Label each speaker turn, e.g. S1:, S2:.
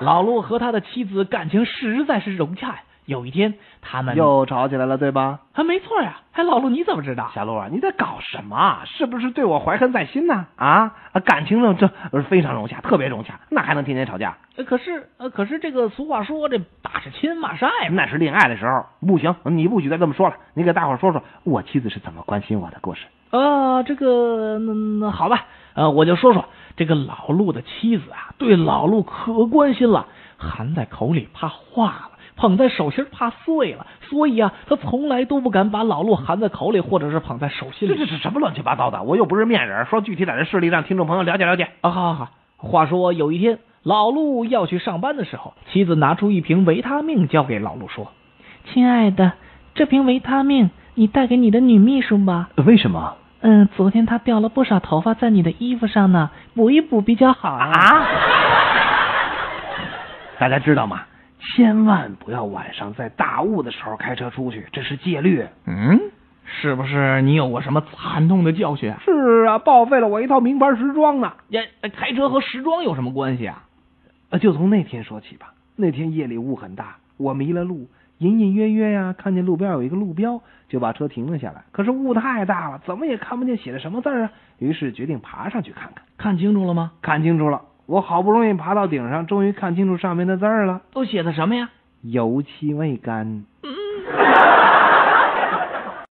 S1: 老陆和他的妻子感情实在是融洽呀。有一天，他们
S2: 又吵起来了，对吧？
S1: 啊，没错呀。哎，老陆，你怎么知道？
S2: 小陆啊，你在搞什么啊？是不是对我怀恨在心呢？啊，啊感情呢，这呃非常融洽，特别融洽，那还能天天吵架？
S1: 呃可是，呃，可是这个俗话说，这打是亲，骂是爱嘛。
S2: 哎那是恋爱的时候，不行，你不许再这么说了。你给大伙儿说说我妻子是怎么关心我的故事。
S1: 呃，这个那那好吧，呃，我就说说这个老陆的妻子啊，对老陆可关心了，含在口里怕化了，捧在手心怕碎了，所以啊，他从来都不敢把老陆含在口里，或者是捧在手心
S2: 这
S1: 里。
S2: 这是什么乱七八糟的？我又不是面人，说具体点的事例让听众朋友了解了解。
S1: 啊，好好好。话说有一天，老陆要去上班的时候，妻子拿出一瓶维他命交给老陆说：“亲爱的，这瓶维他命你带给你的女秘书吧。
S2: 为什么
S1: 嗯，昨天她掉了不少头发在你的衣服上呢，补一补比较好啊。
S2: 啊？大家知道吗？千万不要晚上在大雾的时候开车出去，这是戒律。
S1: 嗯，是不是你有过什么惨痛的教训啊？
S2: 是啊，报废了我一套名牌时装呢。
S1: 也开车和时装有什么关系啊？
S2: 呃，就从那天说起吧。那天夜里雾很大，我迷了路，隐隐约约呀、看见路边有一个路标，就把车停了下来。可是雾太大了，怎么也看不见写的什么字儿啊。于是决定爬上去看看。
S1: 看清楚了吗？
S2: 看清楚了，我好不容易爬到顶上，终于看清楚上面的字儿了。
S1: 都写的什么呀？
S2: 油漆未干。
S1: 嗯。